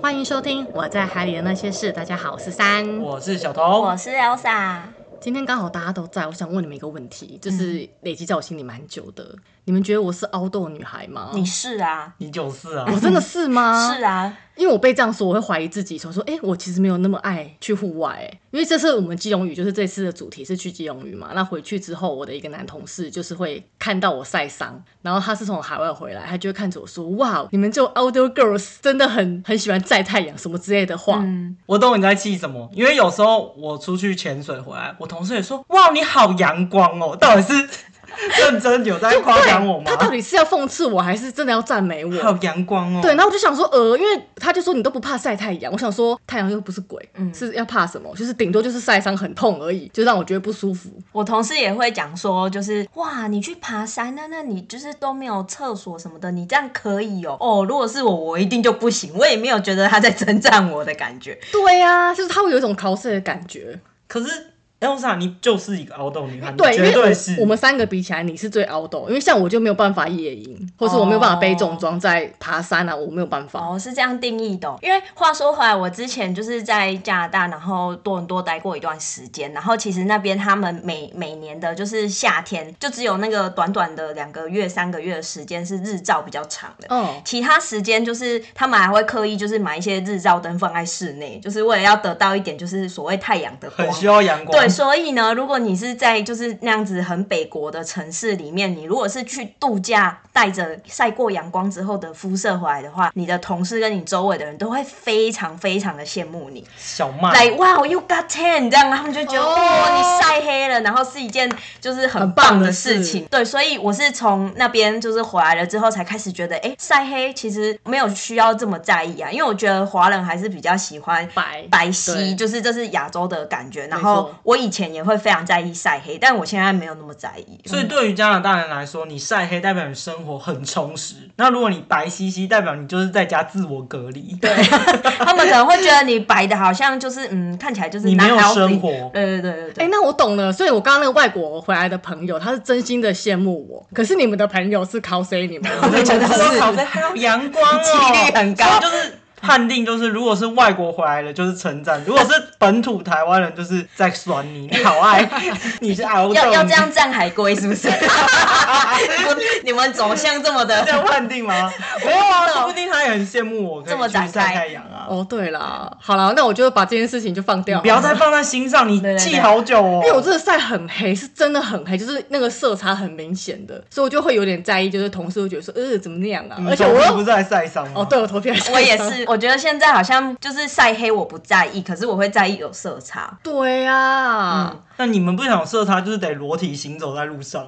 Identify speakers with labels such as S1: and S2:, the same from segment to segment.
S1: 欢迎收听《我在海里的那些事》。大家好，我是三。
S2: 我是小
S3: 我
S2: 童，
S3: 是 Elsa，
S1: 今天刚好大家都在，我想问你们一个问题，
S3: 嗯
S1: 就是累积在我心里蛮久的。你们觉得我是凹豆女孩吗？
S3: 你是啊，
S2: 你九四啊，
S1: 我真的是吗？
S3: 是啊，
S1: 因为我被这样说，我会怀疑自己，想说，哎、我其实没有那么爱去户外、诶因为这次我们基隆屿就是这次的主题是去基隆屿嘛。那回去之后，我的一个男同事就是会看到我晒伤，然后他是从海外回来，他就会看着我说：“哇，你们这种 outdoor girls 真的很很喜欢晒太阳什么之类的话。
S3: 嗯，
S2: 我懂你在气什么，因为有时候我出去潜水回来，我同事也说，哇，你好阳光哦，到底 是认真有在夸奖我吗
S1: 他？到底是要讽刺我，还是真的要赞美我？
S2: 好阳光哦，
S1: 对，然后我就想说，呃，因为他就说你都不怕晒太阳，我想说太阳又不是鬼，
S3: 嗯
S1: 是要怕什么？就是顶多就是晒伤很痛而已，就让我觉得不舒服。
S3: 我同事也会讲说，就是哇，你去爬山，那那你就是都没有厕所什么的，你这样可以哦。哦，如果是我，我一定就不行，我也没有觉得他在称赞我的感觉。
S1: 对呀、
S3: 啊
S1: 就是他会有一种 cos 的感觉。
S2: 可是 Elsa，你就是一个凹豆女孩，
S1: 对，
S2: 你
S1: 因为
S2: 绝对
S1: 我
S2: 是
S1: 我们三个比起来，你是最 outdoor，因为像我就没有办法野营，或是我没有办法背重装在爬山啊，我没有办法。
S3: 哦，是这样定义的哦、因为话说回来，我之前就是在加拿大，然后多伦多待过一段时间，然后其实那边他们每每年的就是夏天，就只有那个短短的两个月、三个月的时间是日照比较长的。
S1: 嗯，
S3: 其他时间就是他们还会刻意就是买一些日照灯放在室内，就是为了要得到一点就是所谓太阳的光
S2: 很。需要阳光，
S3: 对，所以呢，如果你是在就是那样子很北国的城市里面，你如果是去度假，带着晒过阳光之后的肤色回来的话，你的同事跟你周围的人都会非常非常的羡慕你。
S2: 小 麦
S3: 来，哇，you got tan，这样他们就觉得
S1: 哦
S3: 哇、你晒黑了，然后是一件就是很
S1: 很棒
S3: 棒
S1: 的
S3: 的事
S1: 事
S3: 情。对，所以我是从那边就是回来了之后，才开始觉得，哎，晒黑其实没有需要这么在意啊，因为我觉得华人还是比较喜欢
S1: 白
S3: 白皙，
S1: 对
S3: 就是这是亚洲的感觉。然
S1: 没
S3: 后
S1: 错
S3: 我以前也会非常在意晒黑，但我现在没有那么在意。嗯
S2: 所以对于加拿大人来说，你晒黑代表你生活很充实，那如果你白兮兮，代表你就是在家自我隔离。对，
S3: 他们可能会觉得你白的好像就是嗯，看起来就是
S2: 你没有
S3: not healthy
S2: 生活
S3: 对对对
S1: 哎、
S3: 对对。
S1: 那我懂了，所以我刚刚那个外国回来的朋友，他是真心的羡慕我，可是你们的朋友是 cos 你们，
S2: 我们觉得说好在还有阳光哦，
S3: 几率很高
S2: 所以就是判定就是，如果是外国回来的，就是称赞；如果是本土台湾人，就是在酸你，你好爱，你是熬豆，
S3: 要要这
S2: 你
S3: 样站海龟是不 是？你们你们走向这么的
S2: 这样判定吗？没有啊，说不定他也很羡慕我可以
S3: 这么
S2: 去
S3: 展开
S2: 晒太阳啊。
S1: 哦，对啦，好啦，那我就把这件事情就放掉，
S2: 不要再。放在心上，你
S3: 对对
S2: 记好久哦。
S1: 因为我真的晒很黑，是真的很黑，就是那个色差很明显的，所以我就会有点在意，就是同事会觉得说，呃，怎么那样啊？
S2: 你
S1: 而且我
S2: 头皮不
S1: 又
S2: 嗯是在晒伤啊吗？
S1: 哦，对我头皮还晒
S3: 我也
S1: 伤
S3: 是，我觉得现在好像就是晒黑我不在意，可是我会在意有色差。
S1: 对啊，
S2: 那你们不想射他，就是得裸体行走在路上。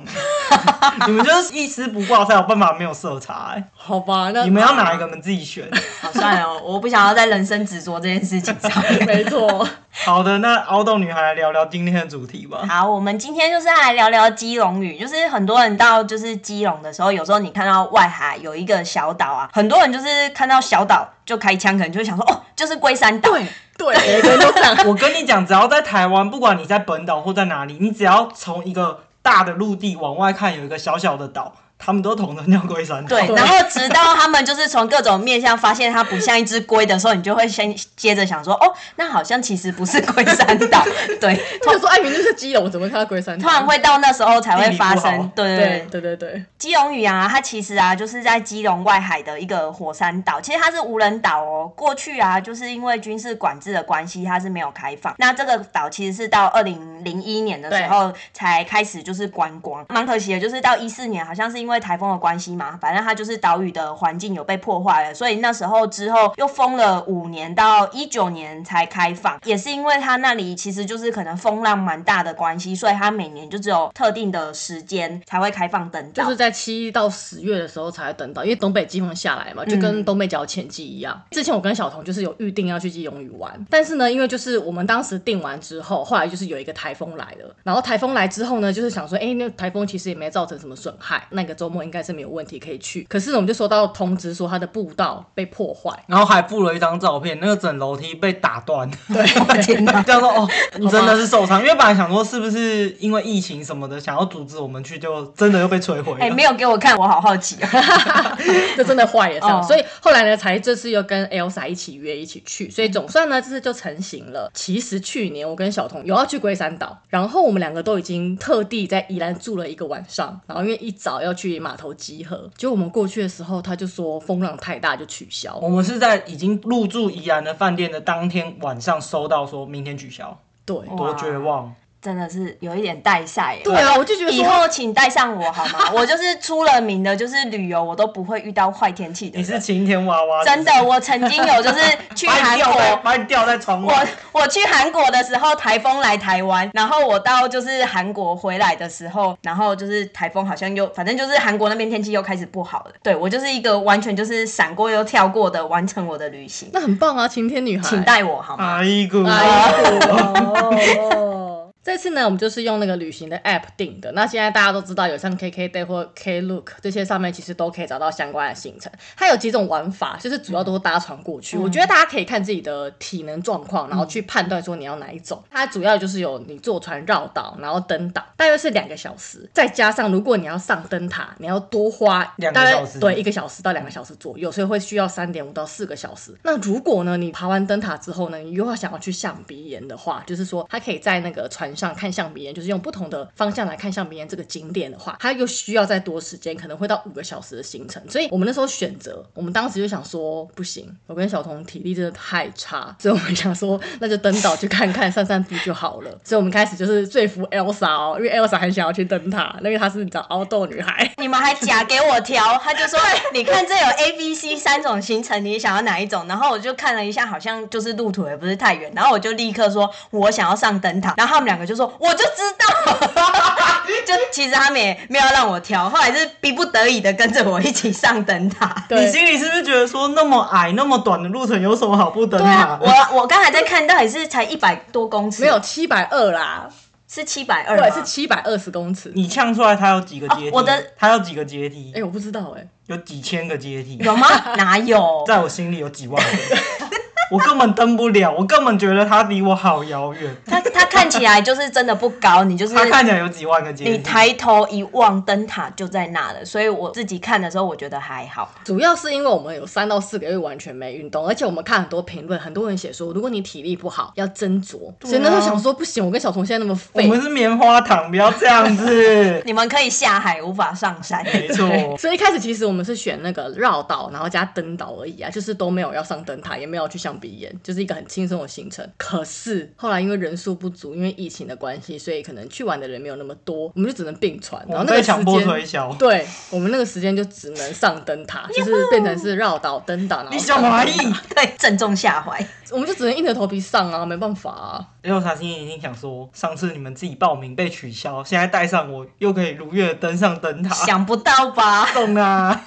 S2: 啊 你们就是一丝不挂才有办法没有色差、欸。
S1: 呃好吧，那
S2: 你们要哪一个？你们自己选。
S3: 好，算了， 我不想要在人生执着这件事情上 面。
S1: 没错，
S2: 好的，那凹豆女孩来聊聊今天的主题吧。
S3: 好，我们今天就是来聊聊基隆屿，就是很多人到就是基隆的时候，有时候你看到外海有一个小岛啊，很多人就是看到小岛就开枪，可能就会想说哦，就是龟山岛。
S1: 对对，每个人都这样。
S2: 我跟你讲，只要在台湾，不管你在本岛或在哪里，你只要从一个大的陆地往外看，有一个小小的岛，他们都统称叫龟山岛。
S3: 对，然后直到他们就是从各种面向发现它不像一只龟的时候，你就会先接着想说，哦，那好像其实不是龟山 岛，对，
S1: 他就说艾明就是基隆，我怎么会看到龟山岛？
S3: 突然会到那时候才会发
S2: 地理不好
S3: 生，对对
S1: 对
S3: 对。
S1: 对对对，
S3: 基隆屿啊，它其实啊就是在基隆外海的一个火山岛，其实它是无人岛哦。过去啊，就是因为军事管制的关系，它是没有开放。那这个岛其实是到二零零一年的时候才开始就是观光，蛮可惜的，就是到一四年好像是因为台风的关系嘛，反正它就是岛屿的环境有被破坏了，所以那时候之后又封了五年，到一九年才开放。也是因为它那里其实就是可能风浪蛮大的关系，所以它每年就只有特定的时间才会开放登岛。
S1: 就是在七到十月的时候才会等到，因为东北季风下来嘛，就跟东北角前季一样。之前我跟小童就是有预定要去基隆屿玩，但是呢，因为就是我们当时定完之后，后来就是有一个台风来了，然后台风来之后呢，就是想说，哎，那台风其实也没造成什么损害，那个周周末应该是没有问题可以去。可是我们就收到通知说它的步道被破坏，
S2: 然后还附了一张照片，那个整楼梯被打断。
S1: 对，
S3: 我天哪！
S2: 叫做哦，你真的是受伤，因为本来想说是不是因为疫情什么的，想要阻止我们去，就真的又被摧毁了。
S3: 哎、没有给我看，我好好奇、 哦。
S1: 这真的坏了这样
S3: 哦
S1: 所以后来呢，才这次又跟 Elsa 一起约一起去，所以总算呢这次就成型
S3: 嗯
S1: 了。其实去年我跟小童有要去龟山岛，然后我们两个都已经特地在宜兰住了一个晚上，然后因为一早要去码头集合，结果我们过去的时候他就说风浪太大就取消。
S2: 我们是在已经入住宜兰的饭店的当天晚上收到说明天取消，
S1: 对
S3: 哦
S2: 多绝望！
S3: 真的是有一点带晒耶。
S1: 对啊，我就觉得
S3: 以
S1: 说。
S3: 后请带上我好吗？ 我就是出了名的，就是旅游我都不会遇到坏天气的
S2: 你
S3: 人。
S1: 啊
S2: 是晴天娃娃，
S3: 真的，我曾经有就是去
S2: 把
S3: 韩
S2: 你 吊在
S3: 国。
S2: 把你吊在床
S3: 我
S2: 外，
S3: 我去韩国的时候，台风来台湾，然后我到就是韩国回来的时候，然后就是台风好像又，反正就是韩国那边天气又开始不好了。对我就是一个完全就是闪过又跳过的完成我的旅行，
S1: 那很棒啊，晴天女孩，
S3: 请带我好吗？
S2: 哎一个哦
S1: 哎 这次呢，我们就是用那个旅行的 app 订的。那现在大家都知道，有像 KKday 或 Klook 这些上面，其实都可以找到相关的行程。它有几种玩法，就是主要都是搭船过
S2: 嗯
S1: 去。我觉得大家可以看自己的体能状况，然后去判断说你要哪一种。它主要就是有你坐船绕岛，然后登岛，大约是两个小时。再加上如果你要上灯塔，你要多花
S2: 两个
S1: 大约
S2: 小时
S1: 对一个小时到两个小时左右，所以会需要三点五到四个小时。那如果呢，你爬完灯塔之后呢，你又要想要去象鼻岩的话，就是说它可以在那个船上看象鼻岩，就是用不同的方向来看象鼻岩这个景点的话，它又需要再多时间，可能会到五个小时的行程。所以我们那时候选择，我们当时就想说不行，我跟小童体力真的太差，所以我们想说那就登岛去看看散散步就好了。所以我们开始就是说服 Elsa 哦，因为 Elsa 很想要去登塔，因为她是你知道凹豆女孩。
S3: 你们还假给我挑，他就说 你看这有 A、B、C 三种行程，你想要哪一种？然后我就看了一下，好像就是路途也不是太远，然后我就立刻说我想要上灯塔，然后他们两个就说我就知道， 就其实他们也没有让我挑，后来是逼不得已的跟着我一起上灯塔。
S1: 对
S2: 你心里是不是觉得说那么矮那么短的路程有什么好不登
S3: 对
S2: 塔，的？
S3: 啊我我刚才在看到也是才一百多公尺，
S1: 没有七百二啦，
S3: 是七百二，
S1: 对，是七百二十公尺。
S2: 你呛出来它有几个阶梯？
S3: 哦我的嗯
S2: 它有几个阶梯
S1: 哎、？我不知道哎、
S2: 有几千个阶梯。
S3: 有吗？哪有？
S2: 在我心里有几万个，我根本登不了，我根本觉得它离我好遥远。
S3: 他他看起来就是真的不高，你就是
S2: 它看起来有几万个阶梯，
S3: 你抬头一望，灯塔就在那了，所以我自己看的时候，我觉得还好。
S1: 主要是因为我们有三到四个月完全没运动，而且我们看很多评论，很多人写说，如果你体力不好，要斟酌。所以那时候想说，不行，我跟小童现在那么
S2: 啊我
S1: 废，
S2: 们是棉花糖，不要这样子。
S3: 你们可以下海，无法上山。
S2: 没 错，
S1: 所以一开始其实我们是选那个绕岛，然后加登岛而已啊，就是都没有要上灯塔，也没有去象鼻岩，就是一个很轻松的行程。可是后来因为人数不足，因为疫情的关系，所以可能去玩的人没有那么多，我们就只能并船，
S2: 我
S1: 然后
S2: 们
S1: 那个
S2: 被
S1: 时间
S2: 强迫推销。
S1: 对我们那个时间就只能上灯塔，就是变成是绕岛登岛，然后
S2: 你小
S1: 上
S2: 蚂
S1: 灯塔
S2: 蚁，
S3: 对，正中下怀。
S1: 我们就只能硬着头皮上啊，没办法啊。
S2: 六茶哎心里一定想说，上次你们自己报名被取消，现在带上我又可以如愿地登上灯塔。
S3: 想不到吧？
S2: 动啊。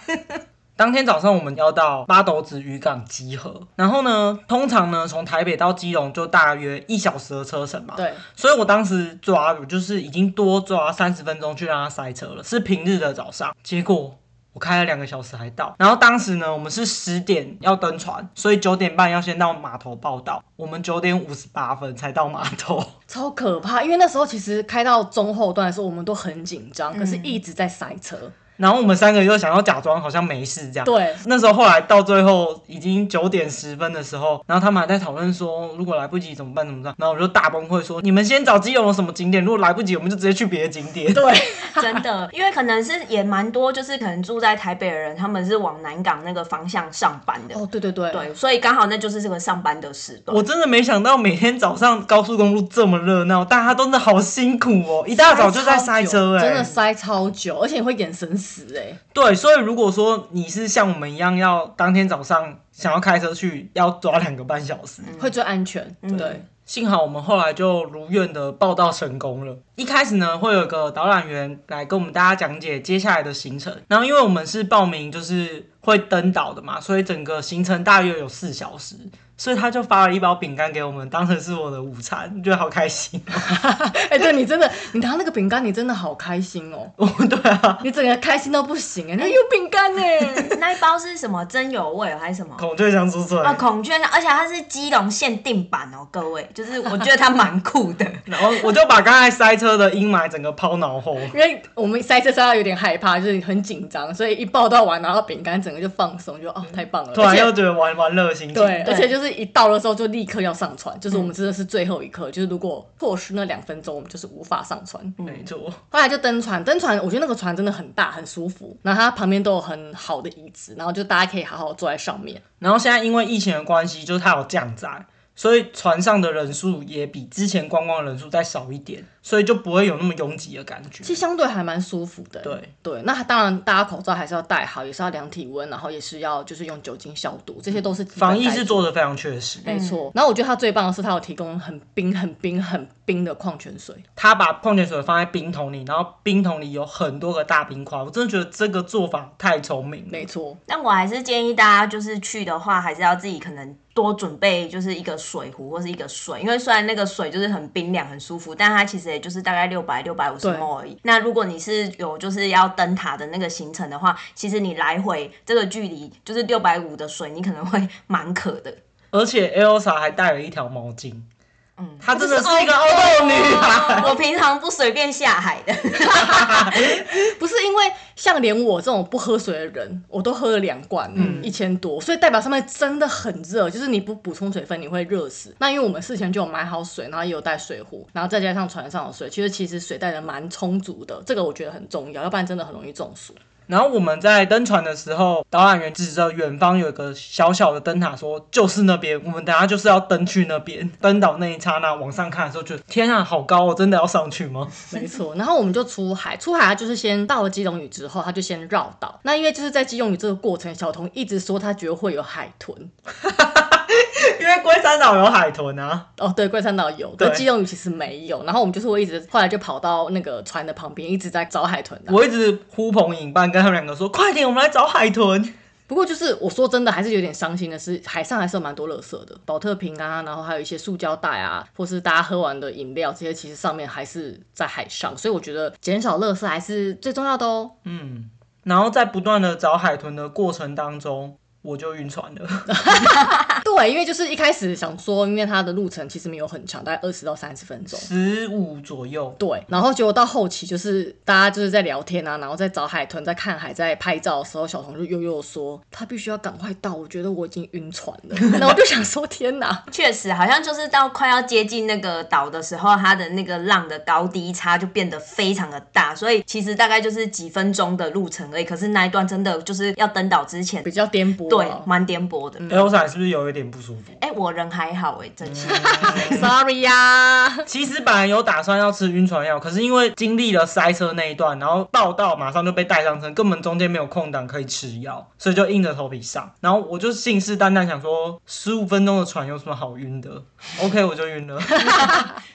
S2: 当天早上我们要到八斗子渔港集合，然后呢，通常呢从台北到基隆就大约一小时的车程嘛。。
S1: 对，
S2: 所以我当时抓，我就是已经多抓三十分钟去让它塞车了，是平日的早上。结果我开了两个小时还到。然后当时呢，我们是十点要登船，所以九点半要先到码头报到。我们九点五十八分才到码头，
S1: 超可怕，因为那时候其实开到中后段的时候，我们都很紧张，可是一直在塞车。
S2: 然后我们三个又想要假装好像没事这样。
S1: 对，
S2: 那时候后来到最后已经九点十分的时候，然后他们还在讨论说，如果来不及怎么办怎么办？然后我就大崩溃说，你们先找基隆有什么景点，如果来不及，我们就直接去别的景点。
S1: 对，
S3: 真的，因为可能是也蛮多，就是可能住在台北的人，他们是往南港那个方向上班的。
S1: 哦，对对对，
S3: 对，所以刚好那就是这个上班的时段。
S2: 我真的没想到每天早上高速公路这么热闹，大家真的好辛苦哦，一大早就在塞车哎、
S1: 真的塞超久，而且你会眼神死哎、
S2: 对，所以如果说你是像我们一样要当天早上想要开车去，要抓两个半小时，
S1: 会最安全。对，
S2: 幸好我们后来就如愿的报到成功了。一开始呢，会有个导览员来跟我们大家讲解接下来的行程。然后，因为我们是报名就是会登岛的嘛，所以整个行程大约有四小时。所以他就发了一包饼干给我们，当成是我的午餐，觉得好开心。
S1: 哎、对你真的，你拿那个饼干，你真的好开心哦！
S2: 哦，对啊，
S1: 你整个开心到不行哎、那有饼干 哎！
S3: 那一包是什么真有味哦还是什么？
S2: 孔雀香酥脆，
S3: 啊，孔雀香，而且它是基隆限定版哦，各位，就是我觉得它蛮酷的。
S2: 然后我就把刚才塞车的 阴霾整个抛脑后。
S1: 因为我们塞车塞到有点害怕，就是很紧张，所以一报到完拿到饼干，整个就放松，就哦太棒了！
S2: 突然
S1: 而且
S2: 又觉得玩玩乐心情，
S1: 对，而
S3: 对
S1: 且就是一到的时候就立刻要上传，就是我
S2: 嗯
S1: 们真的是最后一刻，就是如果错失那两分钟，我们就是无法上传。
S2: 没错，
S1: 后来就登船，登船我觉得那个船真的很大，很舒服，然后它旁边都有很好的椅子，然后就大家可以好好坐在上面。
S2: 然后现在因为疫情的关系，就是它有降载，啊所以船上的人数也比之前观光的人数再少一点，所以就不会有那么拥挤的感觉
S1: 其。实相对还蛮舒服的。
S2: 对
S1: 对，那当然大家口罩还是要戴好，也是要量体温，然后也是要就是用酒精消毒，这些都是基本
S2: 防疫
S1: 该
S2: 是做的非常确实，
S1: 没错。然后我觉得它最棒的是它有提供很冰、很冰、很冰的矿泉水。
S2: 他把矿泉水放在冰桶里，然后冰桶里有很多个大冰块，我真的觉得这个做法太聪明了。
S1: 没错，
S3: 但我还是建议大家，就是去的话，还是要自己可能多准备，就是一个水壶或是一个水，因为虽然那个水就是很冰凉、很舒服，但它其实也就是大概六百、六百五十
S1: 对
S3: ml 而已。那如果你是有就是要登塔的那个行程的话，其实你来回这个距离就是六百五的水，你可能会蛮渴的。
S2: 而且 Elsa 还带了一条毛巾，嗯，她真的是一个
S1: 奥
S2: 欧
S1: 斗
S2: 斗女啊！
S3: 我平常不随便下海的，
S1: 不是因为像连我这种不喝水的人，我都喝了两罐，嗯，一千多，所以代表上面真的很热，就是你不补充水分你会热死。那因为我们事前就有买好水，然后也有带水壶，然后再加上船上有水，其实其实水带的蛮充足的，这个我觉得很重要，要不然真的很容易中暑。
S2: 然后我们在登船的时候，导览员指着远方有一个小小的灯塔说：“就是那边，我们等下就是要登去那边。”登岛那一刹那，往上看的时候，觉得天啊，好高哦！真的要上去吗？
S1: 没错，然后我们就出海，出海他就是先到了基隆屿之后，他就先绕岛。那因为就是在基隆屿这个过程，小童一直说他觉得会有海豚。
S2: 因为龟山岛有海豚啊，
S1: 哦，对，龟山岛有，
S2: 对
S1: 但基隆屿其实没有。然后我们就是会一直，后来就跑到那个船的旁边，一直在找海豚、啊。
S2: 我一直呼朋引伴，跟他们两个说：“快点，我们来找海 豚。
S1: 不过就是我说真的，还是有点伤心的是，海上还是有蛮多垃圾的，保特瓶啊，然后还有一些塑胶袋啊，或是大家喝完的饮料，这些其实上面还是在海上，所以我觉得减少垃圾还是最重要的哦。”
S2: 嗯然后在不断的找海豚的过程当中，我就晕船了。
S1: 啊对，因为就是一开始想说，因为它的路程其实没有很长，大概二十到三十分钟。
S2: 十五左右，
S1: 对，然后结果到后期就是大家就是在聊天啊，然后在找海豚、在看海、在拍照的时候，小童就悠悠说他必须要赶快到，我觉得我已经晕船 了。那我就想说，天哪！
S3: 确实好像就是到快要接近那个岛的时候，它的那个浪的高低差就变得非常的大，所以其实大概就是几分钟的路程而已。可是那一段真的就是要登岛之前
S1: 比，较颠簸、啊
S3: 对，蛮颠簸的。
S2: Elsa 你是不是有一点不舒服？
S3: 哎、我人还好哎、真心。
S1: 对，sorry 呀、
S2: 其实本来有打算要吃晕船药，可是因为经历了塞车那一段，然后报到马上就被带上车，根本中间没有空档可以吃药，所以就硬着头皮上。然后我就信誓旦旦想说，十五分钟的船有什么好晕的？OK，我就 晕了。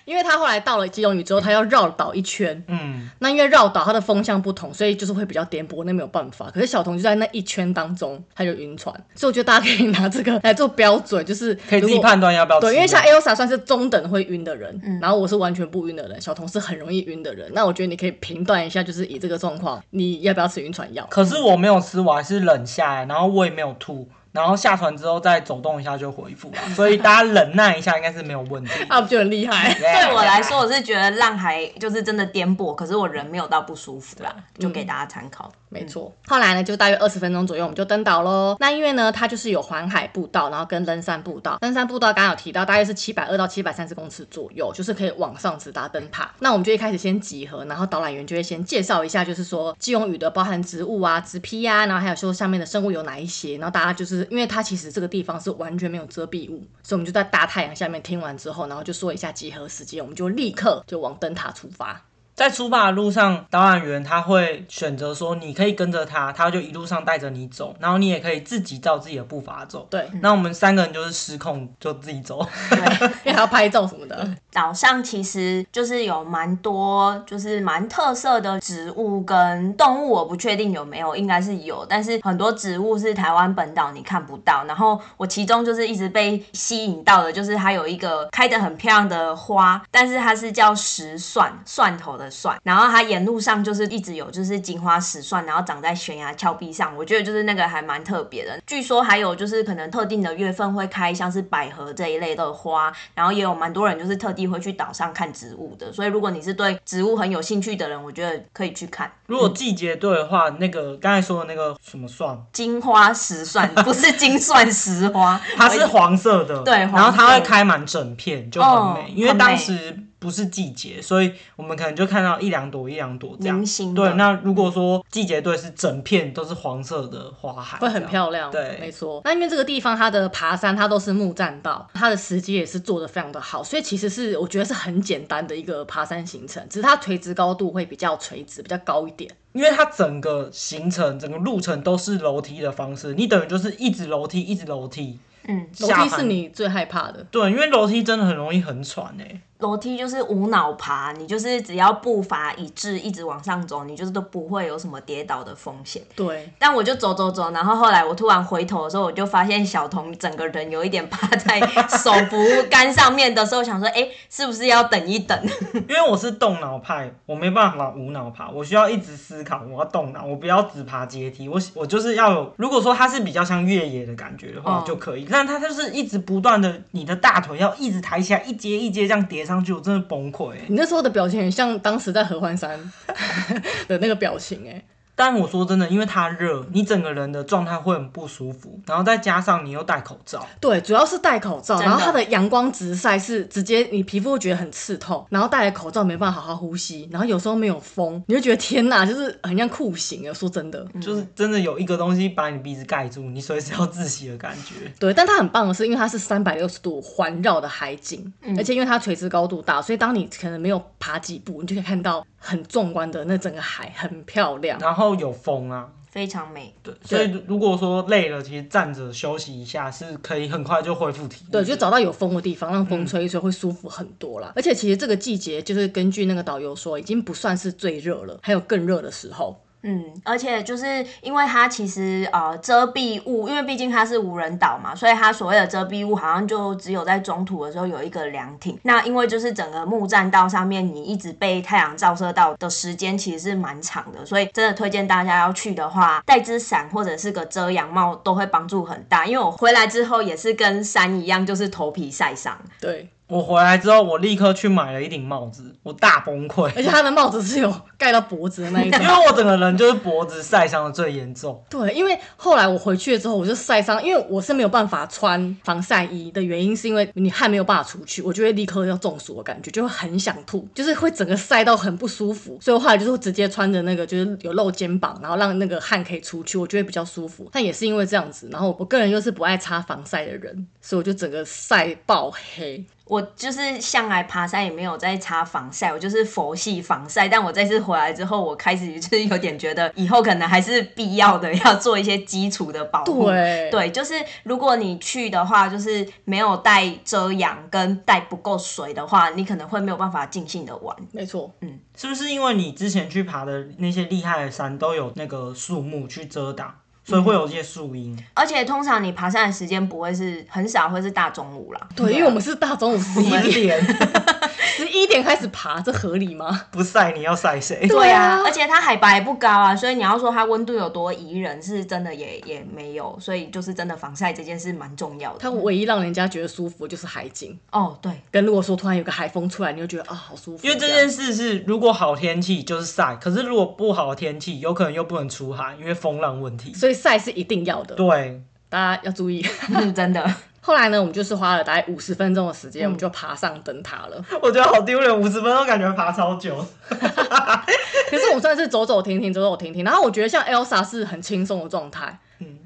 S1: 因为他后来到了基隆屿之后，他要绕岛一圈。
S2: 嗯，
S1: 那因为绕岛它的风向不同，所以就是会比较颠簸，那没有办法。可是小童就在那一圈当中，他就晕船，所以我觉得大家可以拿这个来做标准，就是
S2: 可以自己
S1: 如果
S2: 判断要不要吃药。
S1: 对，因为像 Elsa 算是中等会晕的人，然后我是完全不晕的人，小童是很容易晕的人。那我觉得你可以评断一下，就是以这个状况，你要不要吃晕船药？
S2: 可是我没有吃，我还是冷下来，然后我也没有吐，然后下船之后再走动一下就恢复了，所以大家忍耐一下应该是没有问 题。
S1: 啊，不就很厉害？
S3: 对我来说，我是觉得浪还就是真的颠簸，可是我人没有到不舒服啦，就给大家参考。
S1: 没错。后来呢，就大约二十分钟左右，我们就登岛喽。那因为呢，它就是有环海步道，然后跟登山步道。登山步道刚刚有提到，大约是七百二到七百三十公尺左右，就是可以往上直达灯塔。那我们就一开始先集合，然后导览员就会先介绍一下，就是说基隆屿的包含植物啊、植批啊，然后还有说下面的生物有哪一些。然后大家就是因为它其实这个地方是完全没有遮蔽物，所以我们就在大太阳下面听完之后，然后就说一下集合时间，我们就立刻就往灯塔出发。
S2: 在出发的路上，导览员他会选择说，你可以跟着他，他就一路上带着你走，然后你也可以自己照自己的步伐走。
S1: 对，
S3: 嗯
S2: 那我们三个人就是失控，就自己走。
S3: 对，
S1: 因为还要拍照什么的。
S3: 岛上其实就是有蛮多，就是蛮特色的植物跟动物，我不确定有没有，应该是有，但是很多植物是台湾本岛你看不到。然后我其中就是一直被吸引到的，就是它有一个开的很漂亮的花，但是它是叫石蒜，蒜头的蒜。然后它沿路上就是一直有就是金花石蒜，然后长在悬崖峭壁上，我觉得就是那个还蛮特别的。据说还有就是可能特定的月份会开像是百合这一类的花，然后也有蛮多人就是特地会去岛上看植物的，所以如果你是对植物很有兴趣的人，我觉得可以去看
S2: 如果季节对的话，那个刚才说的那个什么蒜，
S3: 金花石蒜，不是金蒜石 花，
S2: 它是黄色的，
S3: 对黄色
S2: 然后它会开满整片，就很美。
S3: 哦
S2: 因为
S3: 很
S2: 当
S3: 美
S2: 时不是季节，所以我们可能就看到一两朵一两朵这样
S3: 明。星的
S2: 对，那如果说季节对是整片都是黄色的花海，
S1: 会很
S2: 亮。
S1: 漂亮，
S2: 对
S1: 没错。那因为这个地方它的爬山它都是木栈道，它的时机也是做的非常的好，所以其实是我觉得是很简单的一个爬山行程，只是它垂直高度会比较垂直，比较高一点。
S2: 因为它整个行程、整个路程都是楼梯的方式，你等于就是一直楼梯，一直楼梯。
S3: 嗯，
S1: 楼
S2: 下
S1: 梯
S2: 盘
S1: 是你最害怕的，
S2: 对，因为楼梯真的很容易很喘哎、
S3: 楼梯就是无脑爬，你就是只要步伐一致，一直往上走，你就是都不会有什么跌倒的风险。
S1: 对，
S3: 但我就走走走，然后后来我突然回头的时候，我就发现小童整个人有一点趴在手扶杆上面的时候，想说，哎、是不是要等一等？
S2: 因为我是动脑派，我没办法无脑爬，我需要一直思考，我要动脑，我不要只爬阶梯，我我就是要有。如果说它是比较像越野的感觉的话，
S1: 哦
S3: 嗯
S2: 就可以。但它就是一直不断的，你的大腿要一直抬起来，一阶一阶这样叠上去，我真的崩溃、欸。
S1: 你那时候的表情很像当时在合欢山 的那个表情、哎，
S2: 但我说真的，因为它热，你整个人的状态会很不舒服，然后再加上你又戴口罩，
S1: 对，主要是戴口罩，
S3: 真的
S1: 然后它的阳光直晒是直接你皮肤会觉得很刺痛，然后戴了口罩没办法好好呼吸，然后有时候没有风，你就觉得天哪，就是很像酷刑啊！说真的，
S2: 就是真的有一个东西把你鼻子盖住，你随时要窒息的感觉。
S1: 对，但它很棒的是，因为它是三百六十度环绕的海景，而且因为它垂直高度大，所以当你可能没有爬几步，你就可以看到很壮观的那整个海，很漂亮。
S2: 然后有风啊，
S3: 非常美，
S2: 对，所以如果说累了，其实站着休息一下是可以很快就恢复体力。
S1: 对，就找到有风的地方，让风吹一吹会舒服很多啦。而且其实这个季节，就是根据那个导游说，已经不算是最热了，还有更热的时候。
S3: 嗯，而且就是因为它其实呃遮蔽物，因为毕竟它是无人岛嘛，所以它所谓的遮蔽物好像就只有在中途的时候有一个凉亭。那因为就是整个木栈道上面你一直被太阳照射到的时间其实是蛮长的，所以真的推荐大家要去的话，带只伞或者是个遮阳帽都会帮助很大。因为我回来之后也是跟山一样，就是头皮晒伤。
S1: 对，
S2: 我回来之后，我立刻去买了一顶帽子，我大崩溃，
S1: 而且它的帽子是有盖到脖子的那一种
S2: 因。为我整个人就是脖子晒伤的最严重。
S1: 对，因为后来我回去了之后，我就晒伤，因为我是没有办法穿防晒衣的原因，是因为你汗没有办法出去，我就会立刻要中暑的感觉，就会很想吐，就是会整个晒到很不舒服，所以我后来就是直接穿着那个就是有露肩膀，然后让那个汗可以出去，我就会比较舒服。但也是因为这样子，然后我个人又是不爱擦防晒的人，所以我就整个晒爆黑。
S3: 我就是向来爬山也没有在擦防晒，我就是佛系防晒。但我这次回来之后，我开始就是有点觉得以后可能还是必要的， 要做一些基础的保护。
S1: 哦对
S3: 对，就是如果你去的话，就是没有带遮阳跟带不够水的话，你可能会没有办法尽兴的玩。
S1: 没错，
S2: 是不是因为你之前去爬的那些厉害的山都有那个树木去遮挡，所以会有一些树荫？
S3: 而且通常你爬山的时间不会是很少，会是大中午啦。
S1: 对，因为我们是大中午十
S2: 你
S1: 一点，
S2: 脸
S1: 十一点开始爬，这合理吗？
S2: 不晒，你要晒谁？
S1: 对
S3: 对
S1: 啊
S3: 啊，而且它海拔也不高啊，所以你要说它温度有多宜人，是真的也也没有，所以就是真的防晒这件事蛮重要的。
S1: 它唯一让人家觉得舒服就是海景。
S3: 哦，对，
S1: 跟如果说突然有个海风出来，你就觉得啊、好舒服。
S2: 因为这
S1: 样
S2: 件事是，如果好天气就是晒，可是如果不好天气，有可能又不能出海，因为风浪问题。
S1: 所以晒是一定要的，
S2: 对，
S1: 大家要注意。
S3: 嗯，真的。
S1: 后来呢，我们就是花了大概五十分钟的时
S3: 嗯
S1: 间，我们就爬上灯塔了。
S2: 我觉得好丢脸，五十分钟感觉爬超久。
S1: 可是我们算是走走停停，走走停停。然后我觉得像
S3: 嗯
S1: Elsa 是很轻松的状态，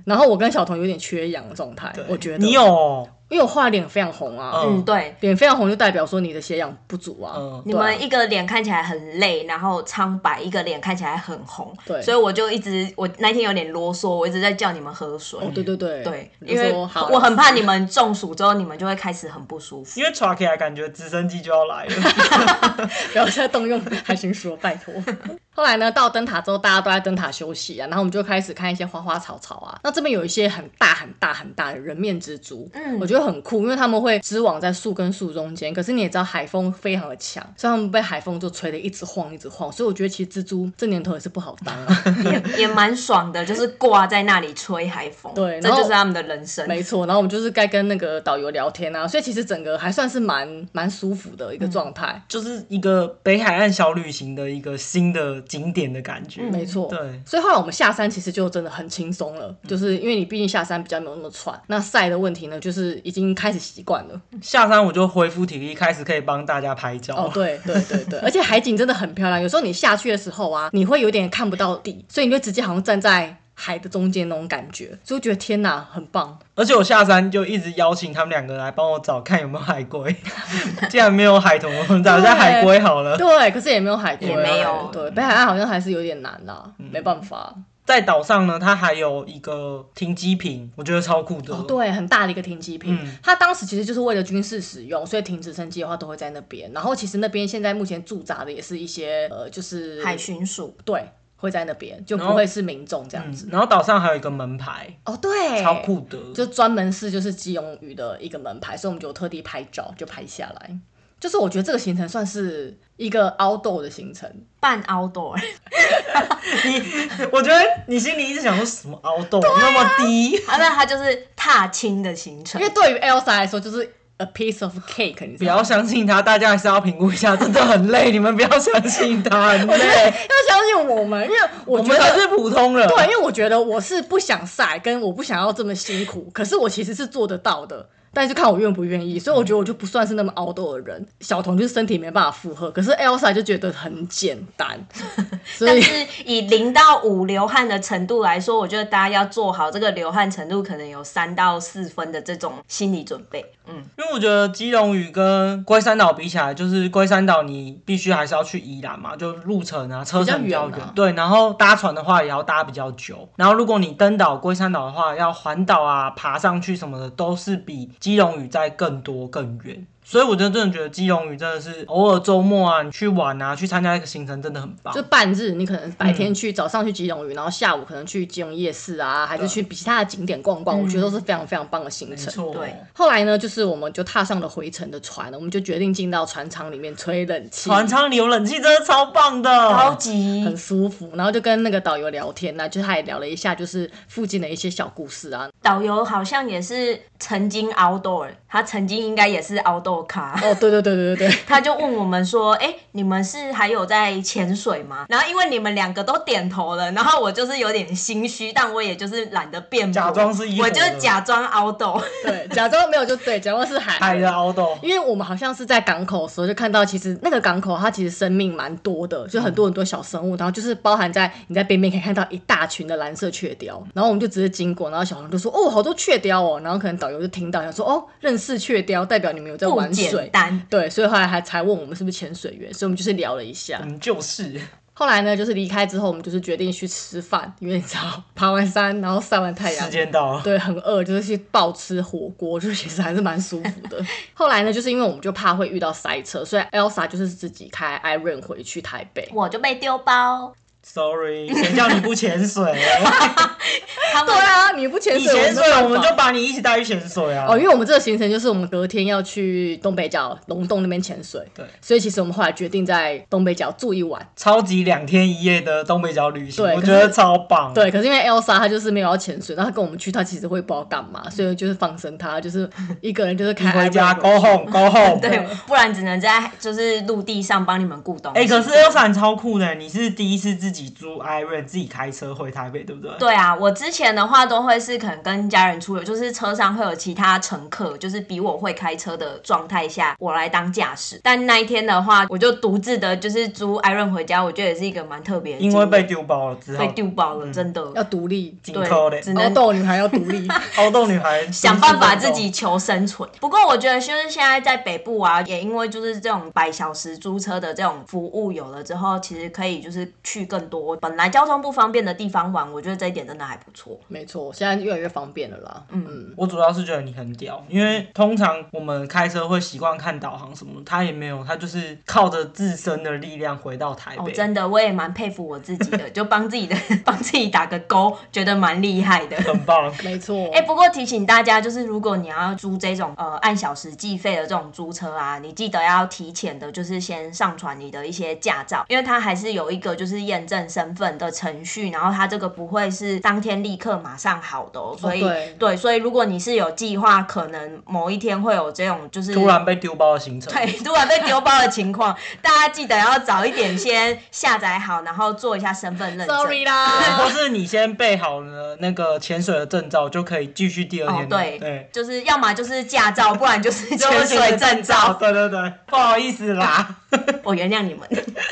S1: 然后我跟小童有点缺氧的状态，我觉得
S2: 你有哦、
S1: 因为我后来脸非常红啊，
S2: 嗯
S3: 嗯，对，
S1: 脸非常红就代表说你的血氧不足啊。
S2: 嗯
S1: 对
S3: 你
S1: 啊
S3: 们一个脸看起来很累，然后苍白；一个脸看起来很红，
S1: 对
S3: 所以我就一直我那天有点啰嗦，我一直在叫你们喝水。
S1: 哦，对对对，
S3: 对，
S1: 我就
S3: 因为
S1: 说好啊
S3: 我很怕你们中暑之后，你们就会开始很不舒服。
S2: 因为 t r a 来感觉直升机就要来了，
S1: 不要再动用海巡署了，拜托。 后来呢，到灯塔之后，大家都在灯塔休息啊，然后我们就开始看一些花花草草啊。那这边有一些很大很大很大的人面蜘蛛，
S3: 嗯
S1: 我觉得很酷，因为他们会织网在树跟树中间。可是你也知道，海风非常的强，所以他们被海风就吹得一直晃，一直晃。所以我觉得其实蜘蛛这年头也是不好当啊。
S3: 也也蛮 爽的，就是挂在那里吹海风，
S1: 对
S3: 这
S1: 然后
S3: 就是他们的人生。
S1: 没错，然后我们就是该跟那个导游聊天啊，所以其实整个还算是蛮蛮舒服的一个状态。
S2: 就是一个北海岸小旅行的一个新的景点的感觉。
S1: 没错，
S2: 对
S1: 所以后来我们下山其实就真的很轻松了，就是因为你毕竟下山比较没有那么喘，那晒的问题呢，就是已经开始习惯了。
S2: 下山我就恢复体力，开始可以帮大家拍照。
S1: 哦，对对对对，而且海景真的很漂亮，有时候你下去的时候啊，你会有点看不到底，所以你就直接好像站在。海的中间那种感觉，所以我觉得天哪，很棒！
S2: 而且我下山就一直邀请他们两个来帮我找看有没有海龟， 既然没有海豚，我们找一下海龟好了。
S1: 对，可是也没有海龟啊，
S3: 呃也没有嗯
S1: 对，北海岸好像还是有点难啦，没办法。
S2: 在岛上呢，它还有一个停机坪，我觉得超酷的。
S1: 哦，对，很大的一个停机坪。
S2: 嗯
S1: 它当时其实就是为了军事使用，所以停直升机的话都会在那边。然后其实那边现在目前驻扎的也是一些呃，就是
S3: 海巡署，
S1: 对，会在那边，就
S2: 然
S1: 不
S2: 后
S1: 会是民众这样子。
S2: 嗯，然后岛上还有一个门牌，
S1: 哦，对，
S2: 超，酷的。
S1: 就专门是就是基隆屿的一个门牌，所以我们就特地拍照就拍下来。就是我觉得这个行程算是一个 outdoor 的行程，
S3: 半 outdoor，
S2: 我觉得你心里一直想说什么凹洞那么低，
S3: 啊，那它就是踏青的行程
S1: 因为。对于 Elsa 来说就是 a piece of cake，你
S2: 不
S1: 知道
S2: 要
S1: 吗？
S2: 相信他，大家还是要评估一下，真的很累，你们不要相信他，很
S1: 要
S2: 累。
S1: 相信我们，因为我
S2: 我
S1: 觉
S2: 们
S1: 得
S2: 才是普通人，
S1: 对，啊因为我觉得我是不想晒，跟我不想要这么辛苦，可是我其实是做得到的，但是看我愿不愿意。所以我觉得我就不算是那么熬斗的人。小童就是身体没办法负荷，可是 Elsa 就觉得很简单，所
S3: 但
S1: 以
S3: 是以零到五流汗的程度来说，我觉得大家要做好这个流汗程度，可能有三到四分的这种心理准备。嗯，
S2: 因为我觉得基隆屿跟龟山岛比起来，就是龟山岛你必须还是要去宜兰嘛，就路程啊车程比较
S1: 比较
S2: 远
S1: 远啊，
S2: 对，然后搭船的话也要搭比较久，然后如果你登岛龟山岛的话，要环岛啊爬上去什么的，都是比基隆屿在更多更远。所以，我真的真的觉得基隆屿真的是偶尔周末啊，你去玩啊，去参加一个行程，真的很棒
S1: 就。半日，你可能白天去、早上去基隆屿，然后下午可能去基隆夜市啊，还是去其他的景点逛逛，我觉得都是非常非常棒的行
S2: 没
S1: 程。
S2: 错，哦
S3: 对
S1: 后来呢，就是我们就踏上了回程的船，我们就决定进到船舱里面吹冷气。
S2: 船舱里有冷气，真的超棒的。
S3: 超
S1: 很
S3: 级
S1: 舒服，然后就跟那个导游聊天呢、啊，就是他也聊了一下，就是附近的一些小故事啊。
S3: 导游好像也是曾经 outdoor，他欸曾经应该也是 outdoor 咖。
S1: 哦，对对对对对对，
S3: 他就问我们说：“哎、你们是还有在潜水吗？”然后因为你们两个都点头了，然后我就是有点心虚，但我也就是懒得辩驳，
S2: 假装是一伙
S3: 我
S2: 的
S3: 就假装凹斗。
S1: 对，假装没有就对，假装是海。
S2: 海的凹洞，
S1: 因为我们好像是在港口的时候就看到，其实那个港口它其实生命蛮多的，就很多很多小生物，然后就是包含在你在边边可以看到一大群的蓝色雀雕，然后我们就只是经过，然后小红就说哦好多雀雕哦，然后可能导游就听到想说哦认识雀雕代表你们有在
S3: 不
S1: 玩
S3: 简
S1: 水，
S3: 单，
S1: 对，所以后来还才问我们是不是潜水员，所以我们就是聊了一下，
S2: 嗯，就是。
S1: 后来呢，就是离开之后，我们就是决定去吃饭，因为你知道，爬完山，然后晒完太阳
S2: 时，间到了，
S1: 对，很饿，就是去暴吃火锅，就其实还是蛮舒服的。后来呢，就是因为我们就怕会遇到塞车，所以 Elsa 就是自己开 Iron 回去台北。
S3: 我就被丢包。
S2: Sorry，谁叫你不潜水？
S3: 他
S1: 对
S3: 们
S1: 啊，你不潜
S2: 你
S1: 水，
S2: 潜水
S1: 没办法
S2: 我们就把你一起带去潜水啊。
S1: 哦，因为我们这个行程就是我们隔天要去东北角龙洞那边潜水，
S2: 对，
S1: 所以其实我们后来决定在东北角住一晚。
S2: 超级两天一夜的东北角旅行，
S1: 对
S2: 我
S1: 可
S2: 觉
S1: 是
S2: 得超棒。，
S1: 对，可是因为 Elsa 她就是没有要潜水，然后她跟我们去，她其实会不知道干嘛，所以就是放生她，就是一个人就是
S2: 你
S1: 开
S2: 回
S1: Iron
S2: 家
S1: 回
S2: go home，go home。
S3: 对，不然只能在就是陆地上帮你们顾东西。
S2: 哎、可是 Elsa 你超酷的，你是第一次自己租 Iron 自己开车回台北，对不对？
S3: 对啊，我之前前的话都会是可能跟家人出游，就是车上会有其他乘客，就是比我会开车的状态下，我来当驾驶。但那一天的话，我就独自的，就是租艾润回家，我觉得也是一个蛮特别的经
S2: 因
S3: 历，
S2: 为被哦嗯丢包了，只好
S3: 被丢包了，真的。
S1: 要独立，
S2: 紧扣
S3: 对，
S2: 嘞
S3: 只，
S1: 熬
S3: 能
S1: 斗女孩要独立。
S2: 凹洞女孩
S3: 想办法自己求生存。不过我觉得就是现在在北部啊，也因为就是这种百小时租车的这种服务有了之后，其实可以就是去更多本来交通不方便的地方玩，我觉得这一点真的还不错。
S1: 没错，现在越来越方便了啦。嗯，
S2: 我主要是觉得你很屌，因为通常我们开车会习惯看导航什么，他也没有，他就是靠着自身的力量回到台
S3: 哦，
S2: 北。
S3: 真的，我也蛮佩服我自己的，就帮自己的 帮自己打个勾，觉得蛮厉害的。
S2: 很棒，
S1: 没错。
S3: 哎、不过提醒大家，就是如果你要租这种呃按小时计费的这种租车啊，你记得要提前的，就是先上传你的一些驾照，因为它还是有一个就是验证身份的程序，然后它这个不会是当天立刻马上好的、哦，所以、
S1: 对
S3: 对，所以如果你是有计划，可能某一天会有这种就是
S2: 突然被丢包的行程。
S3: 对，突然被丢包的情况，大家记得要早一点先下载好，然后做一下身份认证。
S1: Sorry
S2: 对
S1: 啦，
S2: 或是你先备好了那个潜水的证照，就可以继续第二
S3: 哦
S2: 天，了。
S3: 对，
S2: 对，
S3: 就是要么就是驾照，不然就是
S2: 就会
S3: 潜水证照。啊
S2: 对对对，不好意思啦，
S3: 我原谅你们，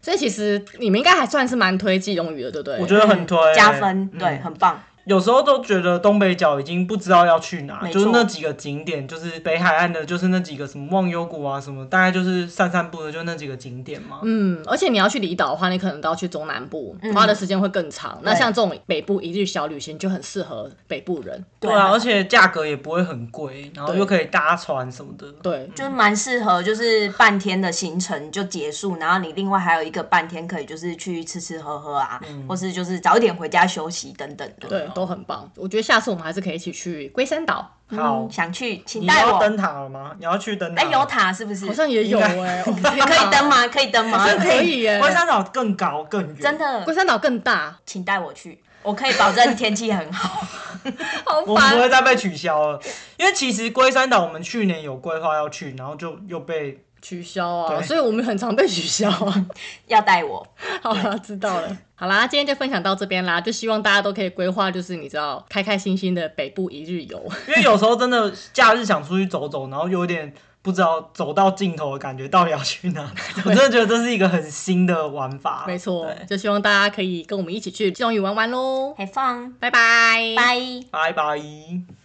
S1: 所以其实你们应该还算是蛮推季荣宇的，对不对？
S2: 我觉得哦很推、
S3: 加分，
S2: 嗯
S3: 对，很棒。
S2: 有时候都觉得东北角已经不知道要去哪，
S3: 没
S2: 就是
S3: 错
S2: 那几个景点，就是北海岸的，就是那几个什么忘忧谷啊，什么大概就是散散步的，就那几个景点嘛。
S1: 嗯，而且你要去离岛的话，你可能都要去中南部，花的时间会更长。那像这种北部一日小旅行就很适合北部人，
S2: 对啊，而且价格也不会很贵，然后又可以搭船什么的。
S1: 对，
S3: 就是蛮适合，就是半天的行程就结束，然后你另外还有一个半天可以就是去吃吃喝喝啊，
S2: 嗯
S3: 或是就是早一点回家休息等等的。
S1: 对，都很棒。我觉得下次我们还是可以一起去龟山岛，
S2: 好
S3: 嗯，，想去请
S2: 你
S3: 带
S2: 要
S3: 我。
S2: 登啊塔了吗？你要去登塔？
S3: 哎，有，塔是不是？
S1: 好像也有
S2: 应
S1: 哎、 我的天哪
S3: 可以登？吗？可以登吗？
S1: 可以耶、
S2: 龟山岛更高更远，
S3: 真。的
S1: 龟，山岛更大，
S3: 请带我去，我可以保证天气很好。
S1: 好
S2: 我们不会。再被取消了，因为其实龟山岛我们去年有规划要去，然后就又被
S1: 取消啊，
S2: 对
S1: 所以我们很常被取消 啊。
S3: 要带我，
S1: 好啦，知道了。好啦，今天就分享到这边啦，就希望大家都可以规划，就是你知道开开心心的北部一日游。
S2: 因为有时候真的假日想出去走走，然后有点不知道走到尽头的感觉，到底要去哪？我真的觉得这是一个很新的玩法。
S1: 没错
S2: 对，
S1: 就希望大家可以跟我们一起去基隆屿玩玩喽。
S3: 还放
S1: 拜拜，
S3: 拜。
S2: 拜拜。